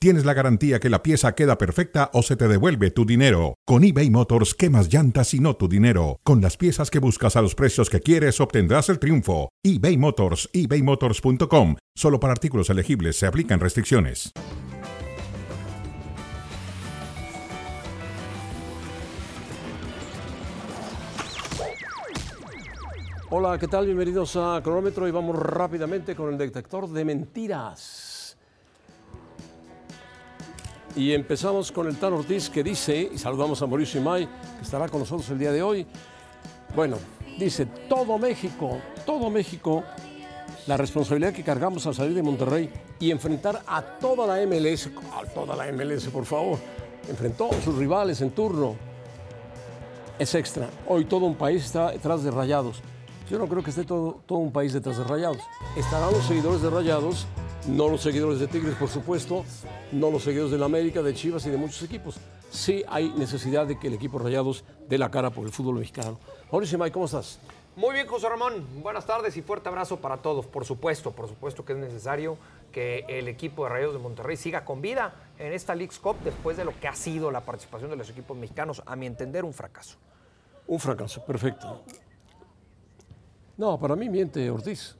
tienes la garantía que la pieza queda perfecta o se te devuelve tu dinero. Con eBay Motors, quemas llantas y no tu dinero. Con las piezas que buscas a los precios que quieres, obtendrás el triunfo. eBay Motors, ebaymotors.com. Solo para artículos elegibles se aplican restricciones. Hola, ¿qué tal? Bienvenidos a Cronómetro y vamos rápidamente con el detector de mentiras. Y empezamos con el Tan Ortiz que dice, y saludamos a Mauricio Imay, que estará con nosotros el día de hoy. Bueno, dice, todo México, todo México, la responsabilidad que cargamos al salir de Monterrey y enfrentar a toda la MLS, a toda la MLS, por favor, enfrentó a sus rivales en turno, es extra. Hoy todo un país está detrás de Rayados. Yo no creo que esté todo, todo un país detrás de Rayados. Estarán los seguidores de Rayados, no los seguidores de Tigres, por supuesto, no los seguidores de la América, de Chivas y de muchos equipos. Sí hay necesidad de que el equipo Rayados dé la cara por el fútbol mexicano. Mauricio May, ¿cómo estás? Muy bien, José Ramón. Buenas tardes y fuerte abrazo para todos. Por supuesto, por supuesto que es necesario que el equipo de Rayados de Monterrey siga con vida en esta League's Cup después de lo que ha sido la participación de los equipos mexicanos. A mi entender, un fracaso. Un fracaso, perfecto. No, para mí miente Ortiz.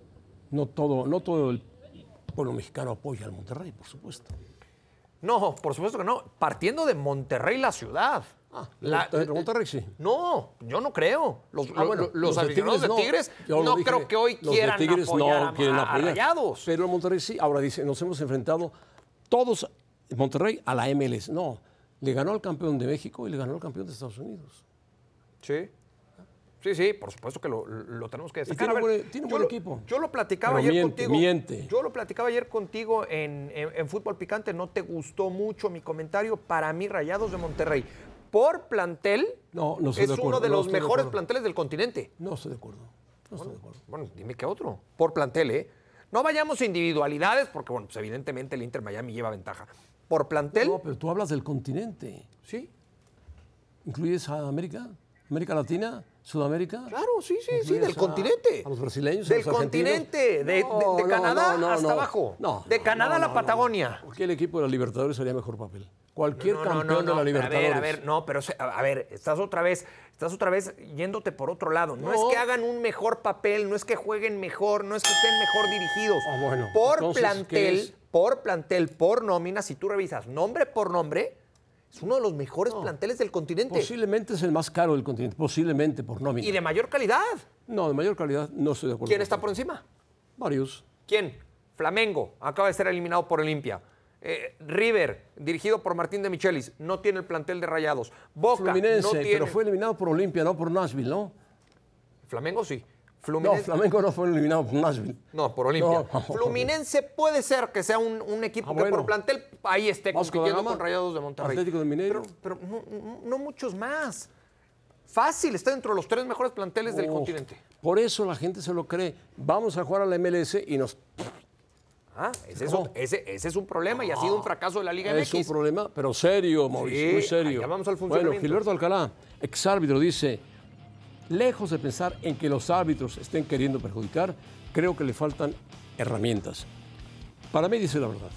No todo, no todo el pueblo mexicano apoya al Monterrey, por supuesto. No, por supuesto que no. Partiendo de Monterrey, la ciudad. Ah, La- de Monterrey sí. No, yo no creo. Los, Ah, bueno, lo- los aficionados de Tigres, Yo lo no dije, creo que hoy los de quieran Tigres apoyar no a- quieren a- a apoyar. Rayados. Pero el Monterrey sí. Ahora dice, nos hemos enfrentado todos, Monterrey, a la MLS. No, le ganó al campeón de México y le ganó al campeón de Estados Unidos. Sí. Sí, sí, por supuesto que lo, lo tenemos que destacar. tiene A ver, buen- e-, tiene yo buen lo- equipo. Yo lo platicaba Pero ayer miente, contigo. miente. Yo lo platicaba ayer contigo en, en- en Fútbol Picante. No te gustó mucho mi comentario. Para mí, Rayados de Monterrey, por plantel, No, no estoy es de acuerdo, uno de no los estoy de mejores acuerdo. planteles del continente. No estoy de acuerdo. No estoy de acuerdo. Bueno, dime qué otro. Por plantel, ¿eh? No vayamos a individualidades, porque, bueno, pues evidentemente el Inter Miami lleva ventaja. Por plantel, No, pero tú hablas del continente. sí. ¿Incluyes a América? ¿América Latina? ¿Sudamérica? Claro, sí, sí, sí, ¿Incluyes del a- continente. A los brasileños. a Del los argentinos? continente, de, de- No, de no, Canadá no, no, hasta no. abajo. No, de no, Canadá no, a la no, no. Patagonia. ¿Por qué el equipo de la Libertadores haría mejor papel? Cualquier No, no, campeón no, no, de la pero a ver, Libertadores. A ver, no, pero se- a a ver, estás otra vez, estás otra vez yéndote por otro lado. No, es que hagan un mejor papel, no es que jueguen mejor, no es que estén mejor dirigidos. Ah, bueno, por entonces, ¿qué es? plantel, por plantel, por nómina, si tú revisas nombre por nombre, es uno de los mejores planteles del continente Posiblemente es el más caro del continente, posiblemente por nómina. y de mayor calidad. No, de mayor calidad no estoy de acuerdo. ¿Quién con está eso. por encima? Varios. ¿Quién? Flamengo, acaba de ser eliminado por Olimpia. Eh, River, dirigido por Martín de Michelis, no tiene el plantel de Rayados. Boca, Fluminense, no tiene. pero fue eliminado por Olimpia, no por Nashville, ¿no? Flamengo sí. No, Fluminense. Flamengo no fue eliminado por Nashville. No, por Olimpia. No. Fluminense puede ser que sea un, un equipo Ah, que bueno. por plantel ahí esté Vasco da compitiendo Gama, con Rayados de Monterrey. Atlético de Mineiro. Pero, pero no, no- no muchos más. Fácil, está dentro de los tres mejores planteles del Oh, continente. Por eso la gente se lo cree. Vamos a jugar a la MLS y nos Ah, ese, es No. un, ese- ese es un problema y ha sido un fracaso de la Liga Es un MX. problema, pero serio, Mauricio, Sí, muy serio. allá vamos al bueno, funcionamiento. Gilberto Alcalá, exárbitro, dice, lejos de pensar en que los árbitros estén queriendo perjudicar, creo que le faltan herramientas. Para mí dice la verdad.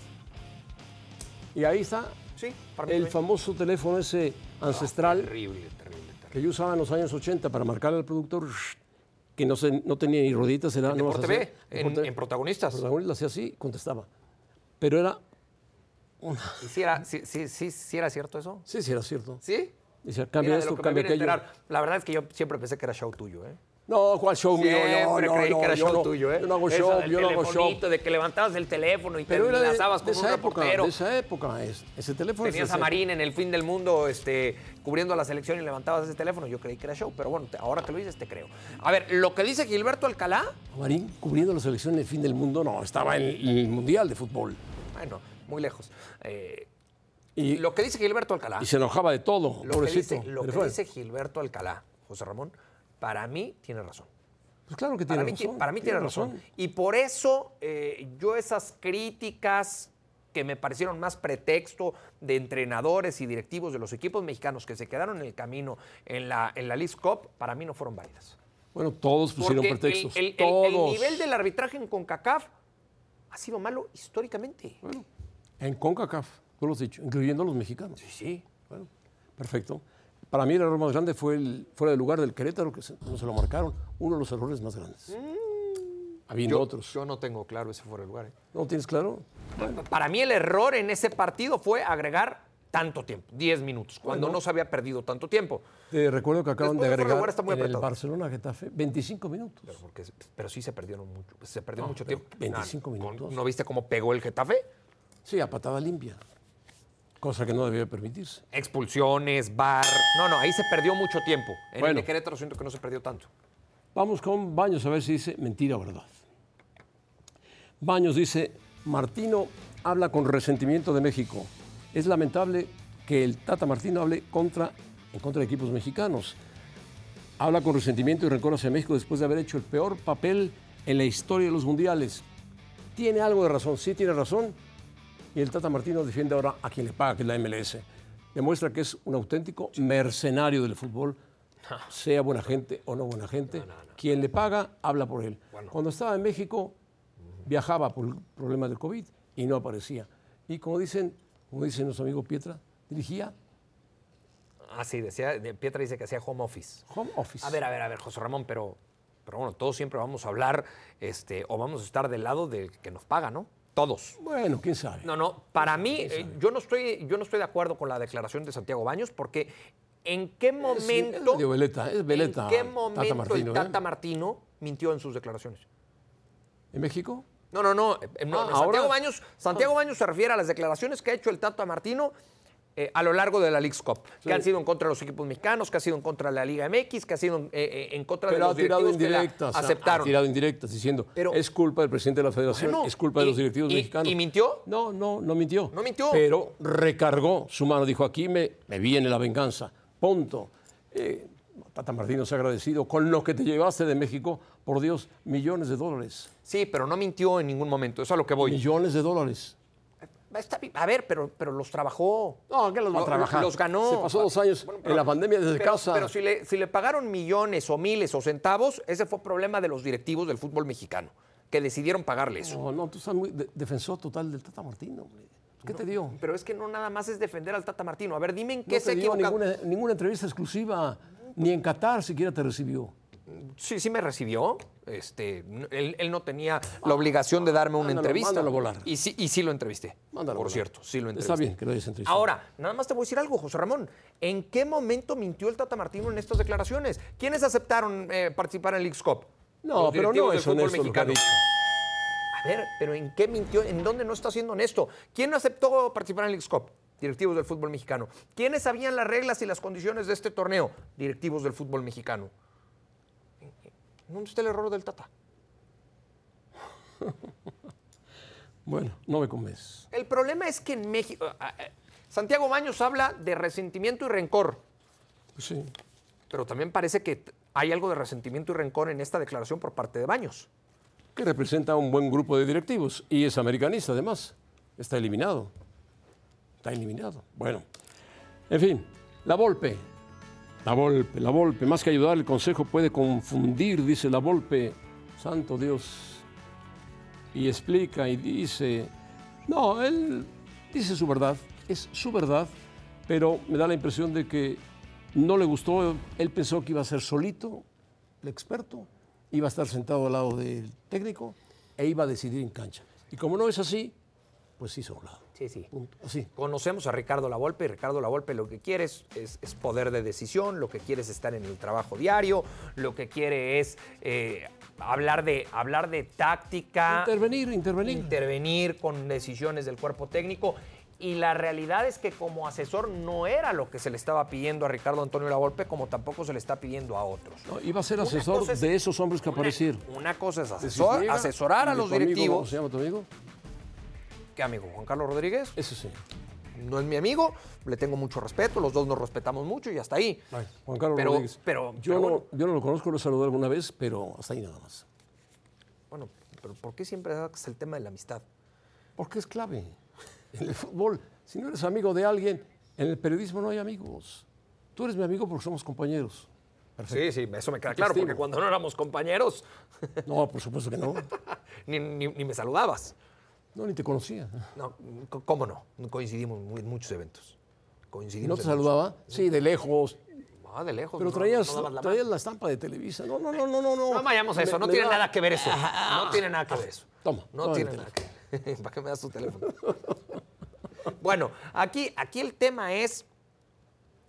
Y ahí está Sí, para mí el también. Ah, famoso teléfono ese ancestral Terrible, terrible, terrible. que yo usaba en los años 80 para marcarle al productor, que no, se- no tenía ni rueditas, era no Deporte B, en, en protagonistas. protagonista hacía así, contestaba. Pero era, ¿Y si era, si- si- si- si era cierto eso? sí, sí era cierto. ¿Sí? Dice, Mira, cambia de lo esto, que me cambia vine a aquello. enterar. La verdad es que yo siempre pensé que era show tuyo, ¿eh? No, ¿cuál show mío? No, Siempre no, creí no, que era yo show no, tuyo, ¿eh? Yo no hago Eso show, del yo no hago show. telefonito, de que levantabas el teléfono y te era de, enlazabas de con un esa época, reportero. de esa época, es- ese teléfono. es Tenías ese. a Marín en el fin del mundo este, cubriendo a la selección y levantabas ese teléfono. Yo creí que era show, pero bueno, te- ahora que lo dices te creo. A ver, lo que dice Gilberto Alcalá, A Marín cubriendo la selección en el fin del mundo, no, estaba en el Mundial de Fútbol. bueno, muy lejos. Eh, Y, lo que dice Gilberto Alcalá, y se enojaba de todo, lo, que pobrecito. dice, lo pero que fue. dice Gilberto Alcalá, José Ramón, para mí tiene razón. Pues claro que tiene Para mí, razón. ti- para mí tiene razón. Y por eso eh, yo esas críticas que me parecieron más pretexto de entrenadores y directivos de los equipos mexicanos que se quedaron en el camino en la, en la League Cup, para mí no fueron válidas. Bueno, todos pusieron Porque el- pretextos. El, el- el todos. nivel del arbitraje en CONCACAF ha sido malo históricamente. En CONCACAF, tú lo has dicho, incluyendo a los mexicanos. Sí, Bueno, perfecto. Para mí el error más grande fue el fuera de lugar del Querétaro, que se, no se lo marcaron. Uno de los errores más grandes. Habiendo otros. Mm. yo no tengo claro ese fuera de lugar. ¿eh? ¿No tienes claro? Para mí el error en ese partido fue agregar tanto tiempo, 10 minutos, cuando Bueno. no se había perdido tanto tiempo. Te recuerdo que acaban de Después del fuera de lugar agregar está muy en el apretado. Barcelona-Getafe 25 minutos. Pero, porque- pero sí se perdieron mucho. pues, Se perdió mucho pero tiempo. 25 Nah, con- minutos. ¿No viste cómo pegó el Getafe? Sí, a patada limpia. Cosa que no debía permitirse. Expulsiones, bar. No, no, ahí se perdió mucho tiempo. En Bueno. el de Querétaro siento que no se perdió tanto. Vamos con Baños a ver si dice mentira o verdad. Baños dice, Martino habla con resentimiento de México. Es lamentable que el Tata Martino hable contra, en contra de equipos mexicanos. Habla con resentimiento y rencor hacia México después de haber hecho el peor papel en la historia de los mundiales. Tiene algo de razón, sí tiene razón. Y el Tata Martino defiende ahora a quien le paga, que es la MLS. Demuestra que es un auténtico mercenario del fútbol, sea buena gente o no buena gente. Quien le paga, habla por él. Cuando estaba en México, viajaba por el problema del COVID y no aparecía. Y como dicen, como dice nuestro amigo Pietra, dirigía Ah, sí, decía, de- Pietra dice que hacía home office. home office. A ver, a ver, a ver, José Ramón, pero, pero bueno, todos siempre vamos a hablar este, o vamos a estar del lado del que nos paga, ¿no? Todos. Bueno, quién sabe. No, no, para mí, eh, yo, no estoy, yo no estoy de acuerdo con la declaración de Santiago Baños porque en qué momento. es medio veleta, es veleta, ¿En qué Tata momento Martino, el ¿eh? Tata Martino mintió en sus declaraciones? ¿En México? No, no, no. eh, no, Ah, ¿ahora? no, Ah. Santiago, Baños, Santiago Baños se refiere a las declaraciones que ha hecho el Tata Martino eh, a lo largo de la League's Cup, que han sido en contra de los equipos mexicanos, que ha sido en contra de la Liga MX, que ha sido eh, eh, en contra Pero de ha los tirado directivos que la indirectas. ha- Ha aceptaron. tirado indirectas diciendo, Pero- es culpa del presidente de la federación, Bueno, es culpa de y- los directivos y- mexicanos. ¿y mintió? No, no, no mintió. No mintió. Pero recargó su mano, dijo, aquí me, me viene la venganza, punto. Eh, Tata Martino se ha agradecido con lo que te llevaste de México, por Dios, millones de dólares. Sí, pero no mintió en ningún momento, eso es a lo que voy. Millones de dólares. Está bien, a ver, pero, pero los trabajó. No, ¿qué los va a Lo- trabajar? Los ganó. Se pasó dos años en la pandemia desde pero, casa. Pero si le, si le pagaron millones o miles o centavos, ese fue problema de los directivos del fútbol mexicano, que decidieron pagarle eso. No, no, tú estás muy de- defensor total del Tata Martino. hombre. ¿Qué te dio? Pero es que no nada más es defender al Tata Martino. A ver, dime en qué no se te dio equivoca. ninguna, ninguna entrevista exclusiva, ni en Qatar siquiera te recibió. Sí, sí me recibió. Este, n- él, él no tenía la obligación de darme una Ah, Mándalo, entrevista. mándalo volar. Y sí, y sí lo entrevisté. Mándalo por volar. cierto, sí lo entrevisté. Está bien que lo hayas entrevistado. Ahora, nada más te voy a decir algo, José Ramón. ¿En qué momento mintió el Tata Martino en estas declaraciones? ¿Quiénes aceptaron eh, participar en el League's Cup? No, Los pero directivos no del es fútbol honesto lo que ha mexicano. dicho. A ver, pero ¿en qué mintió? ¿En dónde no está siendo honesto? ¿Quién no aceptó participar en el League's Cup? Directivos del fútbol mexicano. ¿Quiénes sabían las reglas y las condiciones de este torneo? Directivos del fútbol mexicano. ¿Dónde está el error del Tata? Bueno, no me convences. El problema es que en México. ah, ah, Santiago Baños habla de resentimiento y rencor, Pues sí. pero también parece que t- hay algo de resentimiento y rencor en esta declaración por parte de Baños. Que representa a un buen grupo de directivos y es americanista además. Está eliminado. Está eliminado. Bueno. En fin, la Volpe. La Volpe, la Volpe. Más que ayudar, el Consejo puede confundir, dice la Volpe. Santo Dios. Y explica y dice. No, él dice su verdad. Es su verdad. Pero me da la impresión de que no le gustó. Él pensó que iba a ser solito, el experto. Iba a estar sentado al lado del técnico e iba a decidir en cancha. Y como no es así, pues sí, un lado. Sí, sí. Punto. Así. Conocemos a Ricardo Lavolpe y Ricardo Lavolpe lo que quiere es, es- es poder de decisión, lo que quiere es estar en el trabajo diario, lo que quiere es eh, hablar, de, hablar de táctica, Intervenir, intervenir. intervenir con decisiones del cuerpo técnico. Y la realidad es que como asesor no era lo que se le estaba pidiendo a Ricardo Antonio Lavolpe, como tampoco se le está pidiendo a otros. No, iba a ser Una asesor cosa es- de esos hombres que aparecieron. Una cosa es De asesor- Cisniega, asesorar a de los tu amigo, ¿Cómo directivos. se llama tu amigo? ¿Qué amigo? Juan Carlos Rodríguez. Ese sí. no es mi amigo, le tengo mucho respeto, los dos nos respetamos mucho y hasta ahí. Ay, Juan Carlos Pero- Rodríguez. pero- yo, pero no, bueno. yo no lo conozco, lo saludé alguna vez, pero hasta ahí nada más. Bueno, pero ¿por qué siempre sacas el tema de la amistad? Porque es clave. En el fútbol, si no eres amigo de alguien, en el periodismo no hay amigos. Tú eres mi amigo porque somos compañeros. Sí, sí, eso me queda claro, Estimo. porque cuando no éramos compañeros, No, por supuesto que no. ni, ni- ni me saludabas. No, ni te conocía. No, c- ¿cómo no? Coincidimos mu- en muchos eventos. ¿Y Coincidimos no te en muchos. saludaba? Sí, de lejos. Ah, de lejos. Pero no, traías, no dabas la traías la estampa de Televisa. No, no, no, no, no. mano. No vayamos a eso, Me- no me tiene da- nada que ver eso. No tiene nada que ver eso. Toma, No toma tiene el nada que ver. ¿Para qué me das tu teléfono? bueno, aquí, aquí el tema es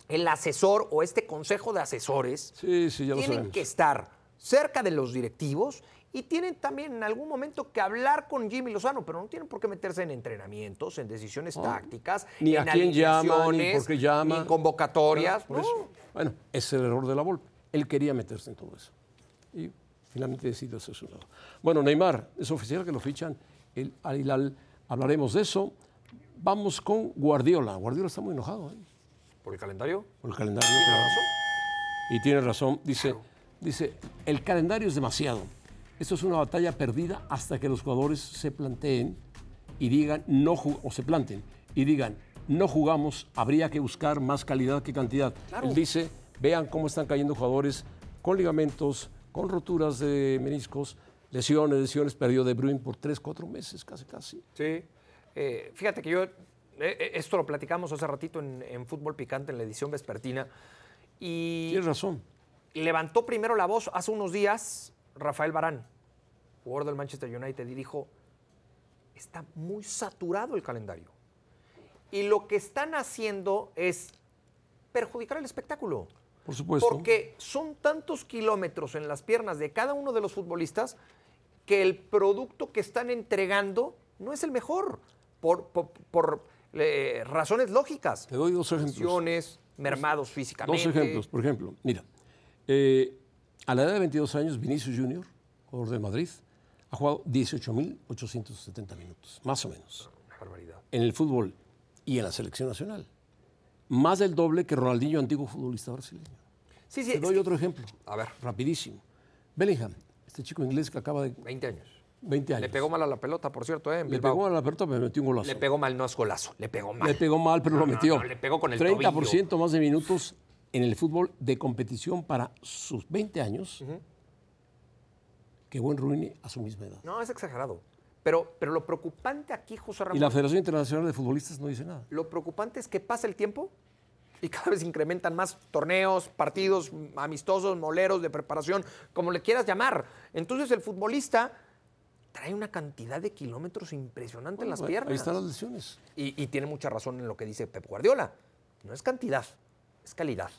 el asesor o este consejo de asesores. Sí, sí, ya lo tienen sabemos. que estar cerca de los directivos y tienen también en algún momento que hablar con Jimmy Lozano, pero no tienen por qué meterse en entrenamientos, en decisiones tácticas, Ni a en quién llama, ni por alineaciones, qué llama. ni en convocatorias. Por no. eso. Bueno, es el error de la Volpe. Él quería meterse en todo eso. Y finalmente decidió hacer su lado. Bueno, Neymar, es oficial que lo fichan. El Al Hilal, hablaremos de eso. Vamos con Guardiola. Guardiola está muy enojado ¿eh? ¿Por el calendario? por el calendario. Tiene razón. Y tiene razón. Dice, dice, el calendario es demasiado. Esto es una batalla perdida hasta que los jugadores se planteen y digan, no ju- o se planten y digan, no jugamos, habría que buscar más calidad que cantidad. Él dice, vean cómo están cayendo jugadores con ligamentos, con roturas de meniscos, lesiones, lesiones, perdió De Bruyne por tres, cuatro meses, casi, casi. Sí. Eh, fíjate que yo, eh, eh, esto lo platicamos hace ratito en, en Fútbol Picante, en la edición vespertina, y Tienes razón. levantó primero la voz hace unos días Rafael Barán, jugador del Manchester United, y dijo, está muy saturado el calendario. Y lo que están haciendo es perjudicar el espectáculo. Por supuesto. Porque son tantos kilómetros en las piernas de cada uno de los futbolistas que el producto que están entregando no es el mejor, por, por- por, eh, razones lógicas. Te doy dos ejemplos. Lesiones, mermados físicamente. Dos ejemplos, por ejemplo. Mira, eh, a la edad de 22 años, Vinicius Junior, jugador de Madrid, ha jugado 18.870 minutos, más o menos, Una barbaridad. en el fútbol y en la selección nacional. Más del doble que Ronaldinho, antiguo futbolista brasileño. Sí, sí, Te es doy que- otro ejemplo. A ver. Rapidísimo. Bellingham, este chico inglés que acaba de 20 años. 20 años. Le pegó mal a la pelota, por cierto, ¿eh? en Le Bilbao. pegó a la pelota, pero metió un golazo. Le pegó mal, no es golazo, le pegó mal. Le pegó mal, pero lo no, metió. no, le pegó con el 30% más de minutos en el fútbol de competición para sus 20 años que buen Ruini a su misma edad. No, es exagerado. Pero, pero lo preocupante aquí, José Y Ramón, la Federación Internacional de Futbolistas no dice nada. lo preocupante es que pasa el tiempo y cada vez incrementan más torneos, partidos mm, amistosos, moleros de preparación, como le quieras llamar. Entonces el futbolista trae una cantidad de kilómetros impresionante en las Bueno, piernas. Ahí están las lesiones. Y, y tiene mucha razón en lo que dice Pep Guardiola. No es cantidad, es calidad.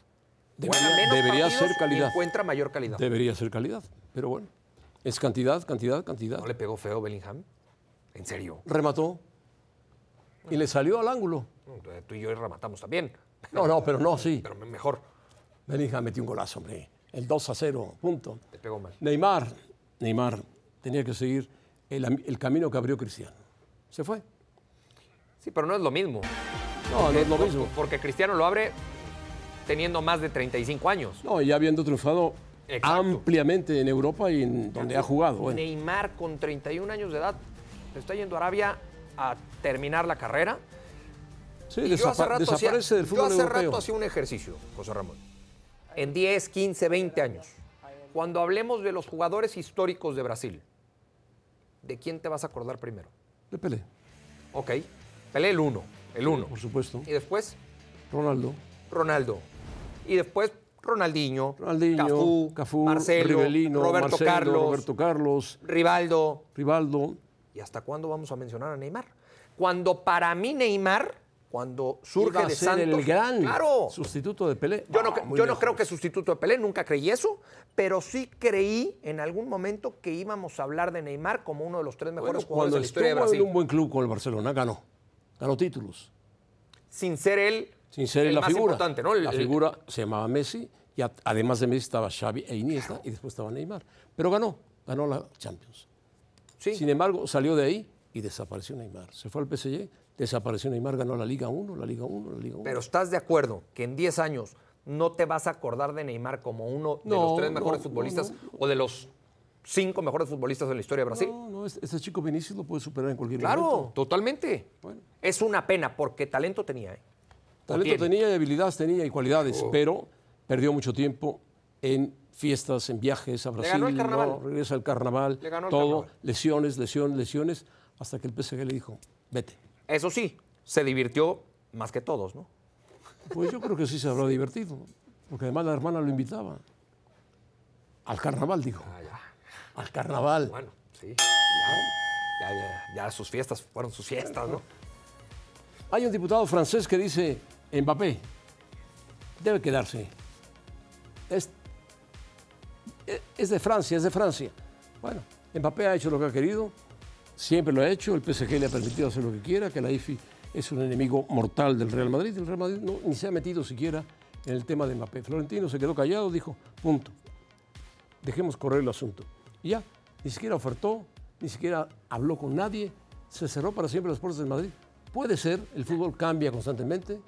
Debería- Juega menos debería partidos ser y calidad. Encuentra mayor calidad. Debería ser calidad, pero bueno. Es cantidad, cantidad, cantidad. ¿No le pegó feo Bellingham? ¿En serio? Remató y le salió al ángulo. Tú y yo rematamos también, No, no, pero no, sí. pero me- mejor. Bellingham metió un golazo, hombre. El 2 a 0, punto. Te pegó mal. Neymar, Neymar tenía que seguir el, am- el camino que abrió Cristiano. Se fue. Sí, pero no es lo mismo. No, no es lo Por- mismo. Porque Cristiano lo abre teniendo más de 35 años. No, ya habiendo triunfado Exacto. ampliamente en Europa y en donde ha jugado. Bueno, Neymar con 31 años de edad se está yendo a Arabia a terminar la carrera. sí, Y yo hace desapa- rato hacía- desaparece del yo fútbol hace europeo. rato hacía un ejercicio, José Ramón. En 10, 15, 20 años. Cuando hablemos de los jugadores históricos de Brasil, ¿de quién te vas a acordar primero? De Pelé, Ok. Pelé el uno, el uno. por supuesto. Y después Ronaldo, Ronaldo. Y después Ronaldinho, Ronaldinho, Cafú, Cafú, Marcelo, Rivelino, Roberto Marcelo, Carlos, Roberto Carlos, Rivaldo. Rivaldo. ¿Y hasta cuándo vamos a mencionar a Neymar? Cuando para mí Neymar, cuando surge iba a de ser Santos, el gran claro. sustituto de Pelé. Yo no, Ah, cre- muy yo no lejos. creo que sustituto de Pelé, nunca creí eso, pero sí creí en algún momento que íbamos a hablar de Neymar como uno de los tres mejores Bueno, jugadores cuando de la estuvo historia de Brasil, en un buen club con el Barcelona, ganó. Ganó títulos. sin ser él Sin ser el la más figura. importante, ¿no? El- la el- figura se llamaba Messi y a- además de Messi estaba Xavi e Iniesta y después estaba Neymar. Pero ganó, ganó la Champions. Sí. Sin embargo, salió de ahí y desapareció Neymar. Se fue al PSG, desapareció Neymar, ganó la Liga 1, la Liga 1, la Liga 1. Pero estás de acuerdo que en 10 años no te vas a acordar de Neymar como uno de No, los tres no, mejores no, futbolistas no. o de los cinco mejores futbolistas de la historia de Brasil. No, no, este, este chico Vinicius lo puede superar en cualquier claro, momento. totalmente. Bueno. Es una pena porque talento tenía. ¿eh? O Talento tiene. tenía, y habilidades tenía y cualidades, Oh. pero perdió mucho tiempo en fiestas, en viajes a Brasil. ganó el carnaval. no, regresa al carnaval, Le ganó el todo, carnaval. lesiones, lesiones, lesiones, hasta que el PSG le dijo, vete. Eso sí, se divirtió más que todos, ¿no? Pues yo creo que sí se habrá divertido, porque además la hermana lo invitaba. Al carnaval, dijo. Al carnaval. Ah, Bueno, sí. Ya, ya, ya, ya sus fiestas fueron sus fiestas, ¿no? Hay un diputado francés que dice, Mbappé, debe quedarse. Es, e- es de Francia, es de Francia. Bueno, Mbappé ha hecho lo que ha querido, siempre lo ha hecho, el PSG le ha permitido hacer lo que quiera, que la IFI es un enemigo mortal del Real Madrid, el Real Madrid no- ni se ha metido siquiera en el tema de Mbappé. Florentino se quedó callado, dijo, punto, dejemos correr el asunto. Y ya, ni siquiera ofertó, ni siquiera habló con nadie, se cerró para siempre las puertas del Madrid. Puede ser, el fútbol cambia constantemente,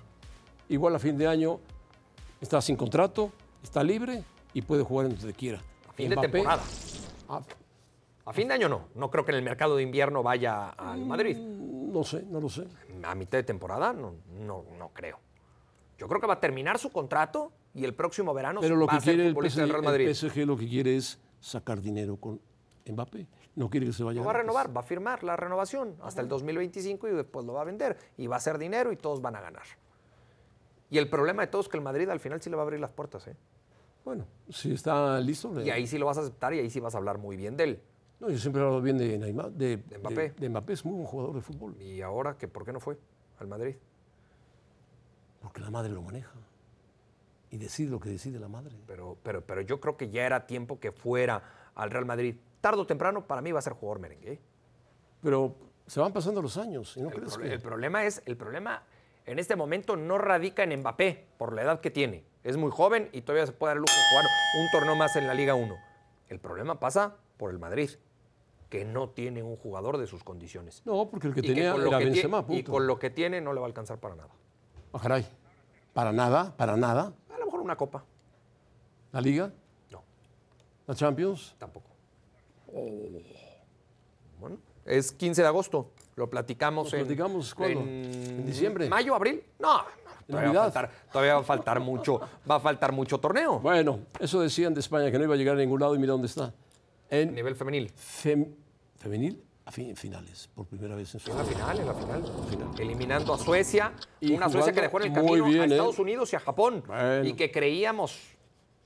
igual a fin de año está sin contrato, está libre y puede jugar en donde quiera. A fin de Mbappé- temporada. Ah, A fin de año no. No creo que en el mercado de invierno vaya Mm. al Madrid. no sé, no lo sé. a mitad de temporada, no, no, no creo. Yo creo que va a terminar su contrato y el próximo verano Pero lo va que a ser quiere el futbolista del PSG, Real Madrid. el PSG lo que quiere es sacar dinero con Mbappé. No quiere que se vaya. Lo va a gratis. renovar, va a firmar la renovación hasta el 2025 y después lo va a vender y va a hacer dinero y todos van a ganar. Y el problema de todos es que el Madrid al final sí le va a abrir las puertas. ¿eh? Bueno, si está listo. le- Y ahí sí lo vas a aceptar y ahí sí vas a hablar muy bien de él. No, yo siempre he hablado bien de, Neymar, de, de- Mbappé. de Mbappé es muy buen jugador de fútbol. Y ahora, que ¿por qué no fue al Madrid? Porque la madre lo maneja. Y decide lo que decide la madre. Pero, pero, pero yo creo que ya era tiempo que fuera al Real Madrid. Tardo o temprano, para mí va a ser jugador merengue. ¿eh? Pero se van pasando los años. ¿Y no El, crees pro- que- el problema es, el problema en este momento no radica en Mbappé por la edad que tiene. Es muy joven y todavía se puede dar el lujo de jugar un torneo más en la Liga 1. El problema pasa por el Madrid, que no tiene un jugador de sus condiciones. No, porque el que Y que tenía con lo era que tie- Benzema, y punto. con lo que tiene no le va a alcanzar para nada. Ah, caray. Para nada, para nada. A lo mejor una copa. La Liga, No, la Champions. tampoco. Oh. Bueno, es 15 de agosto. Lo platicamos Nos en. platicamos cuándo? En diciembre. ¿Mayo, abril? No, no, todavía va, a Navidad. faltar, todavía va a faltar mucho, va a faltar mucho torneo Bueno, eso decían de España, que no iba a llegar a ningún lado y mira dónde está. a En nivel femenil. fem- femenil a fin- finales, por primera vez en su En la final, en la final. Final. Eliminando a Suecia, Y una Suecia que dejó en el jugando muy camino a bien, ¿eh? Estados Unidos y a Japón Bueno. y que creíamos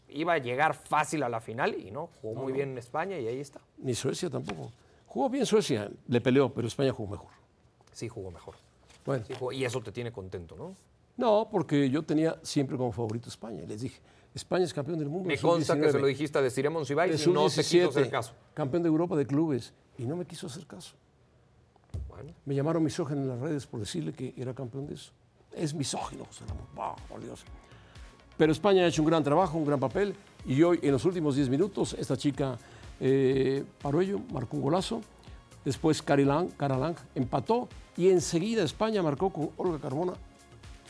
iba a llegar fácil a la final y no, jugó muy bien en España y ahí está. Ni Suecia tampoco. Jugó bien Suecia, le peleó, pero España jugó mejor. Sí jugó mejor. Bueno, Sí jugó- y eso te tiene contento, ¿no? no, porque yo tenía siempre como favorito a España. Y les dije, España es campeón del mundo. Me de consta que se sub-19. lo dijiste a Desiree Monsiváis De y no te quiso hacer sub-17, caso. Campeón de Europa de clubes. Y no me quiso hacer caso. Bueno, Me llamaron misógino en las redes por decirle que era campeón de eso. Es misógino, José Ramón. Bah, por Dios. Pero España ha hecho un gran trabajo, un gran papel. Y hoy, en los últimos 10 minutos, esta chica eh, Parollo marcó un golazo. Después Carilán, Caralang empató. Y enseguida España marcó con Olga Carmona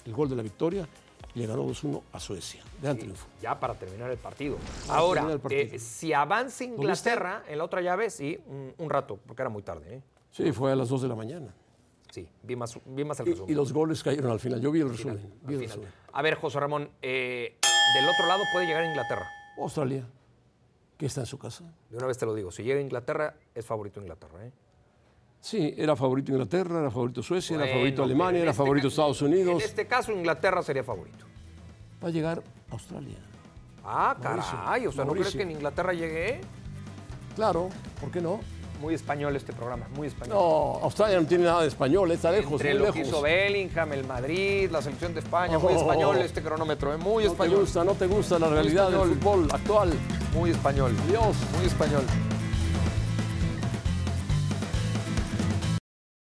el gol de la victoria. Y le ganó 2-1 a Suecia. Gran triunfo. ya para terminar el partido. Para Ahora, terminar el partido. eh, si avanza Inglaterra en la otra llave, sí, un, un rato, porque era muy tarde. ¿eh? Sí, fue a las 2 de la mañana. Sí, vi más, vi más el resumen. Y, y los goles cayeron al final. Yo vi el resumen. vi el Al final. resumen. A ver, José Ramón, eh, del otro lado puede llegar Inglaterra. Australia, que está en su casa. De una vez te lo digo, si llega Inglaterra, es favorito Inglaterra. ¿eh? Sí, era favorito Inglaterra, era favorito Suecia, era Bueno, favorito pero Alemania, en era este favorito ca- Estados En Unidos. este caso, Inglaterra sería favorito. Va a llegar Australia. Ah, Mauricio, caray, o sea, ¿no crees Mauricio. que en Inglaterra llegue? eh? Claro, ¿por qué no? Muy español este programa, muy español. No, Australia no tiene nada de español, está lejos, Entre muy lo que lejos. hizo Bellingham, el Madrid, la selección de España, muy Oh. español este cronómetro, ¿eh? muy no te español, gusta, no te gusta la realidad del español. fútbol actual. muy español, Dios. muy español.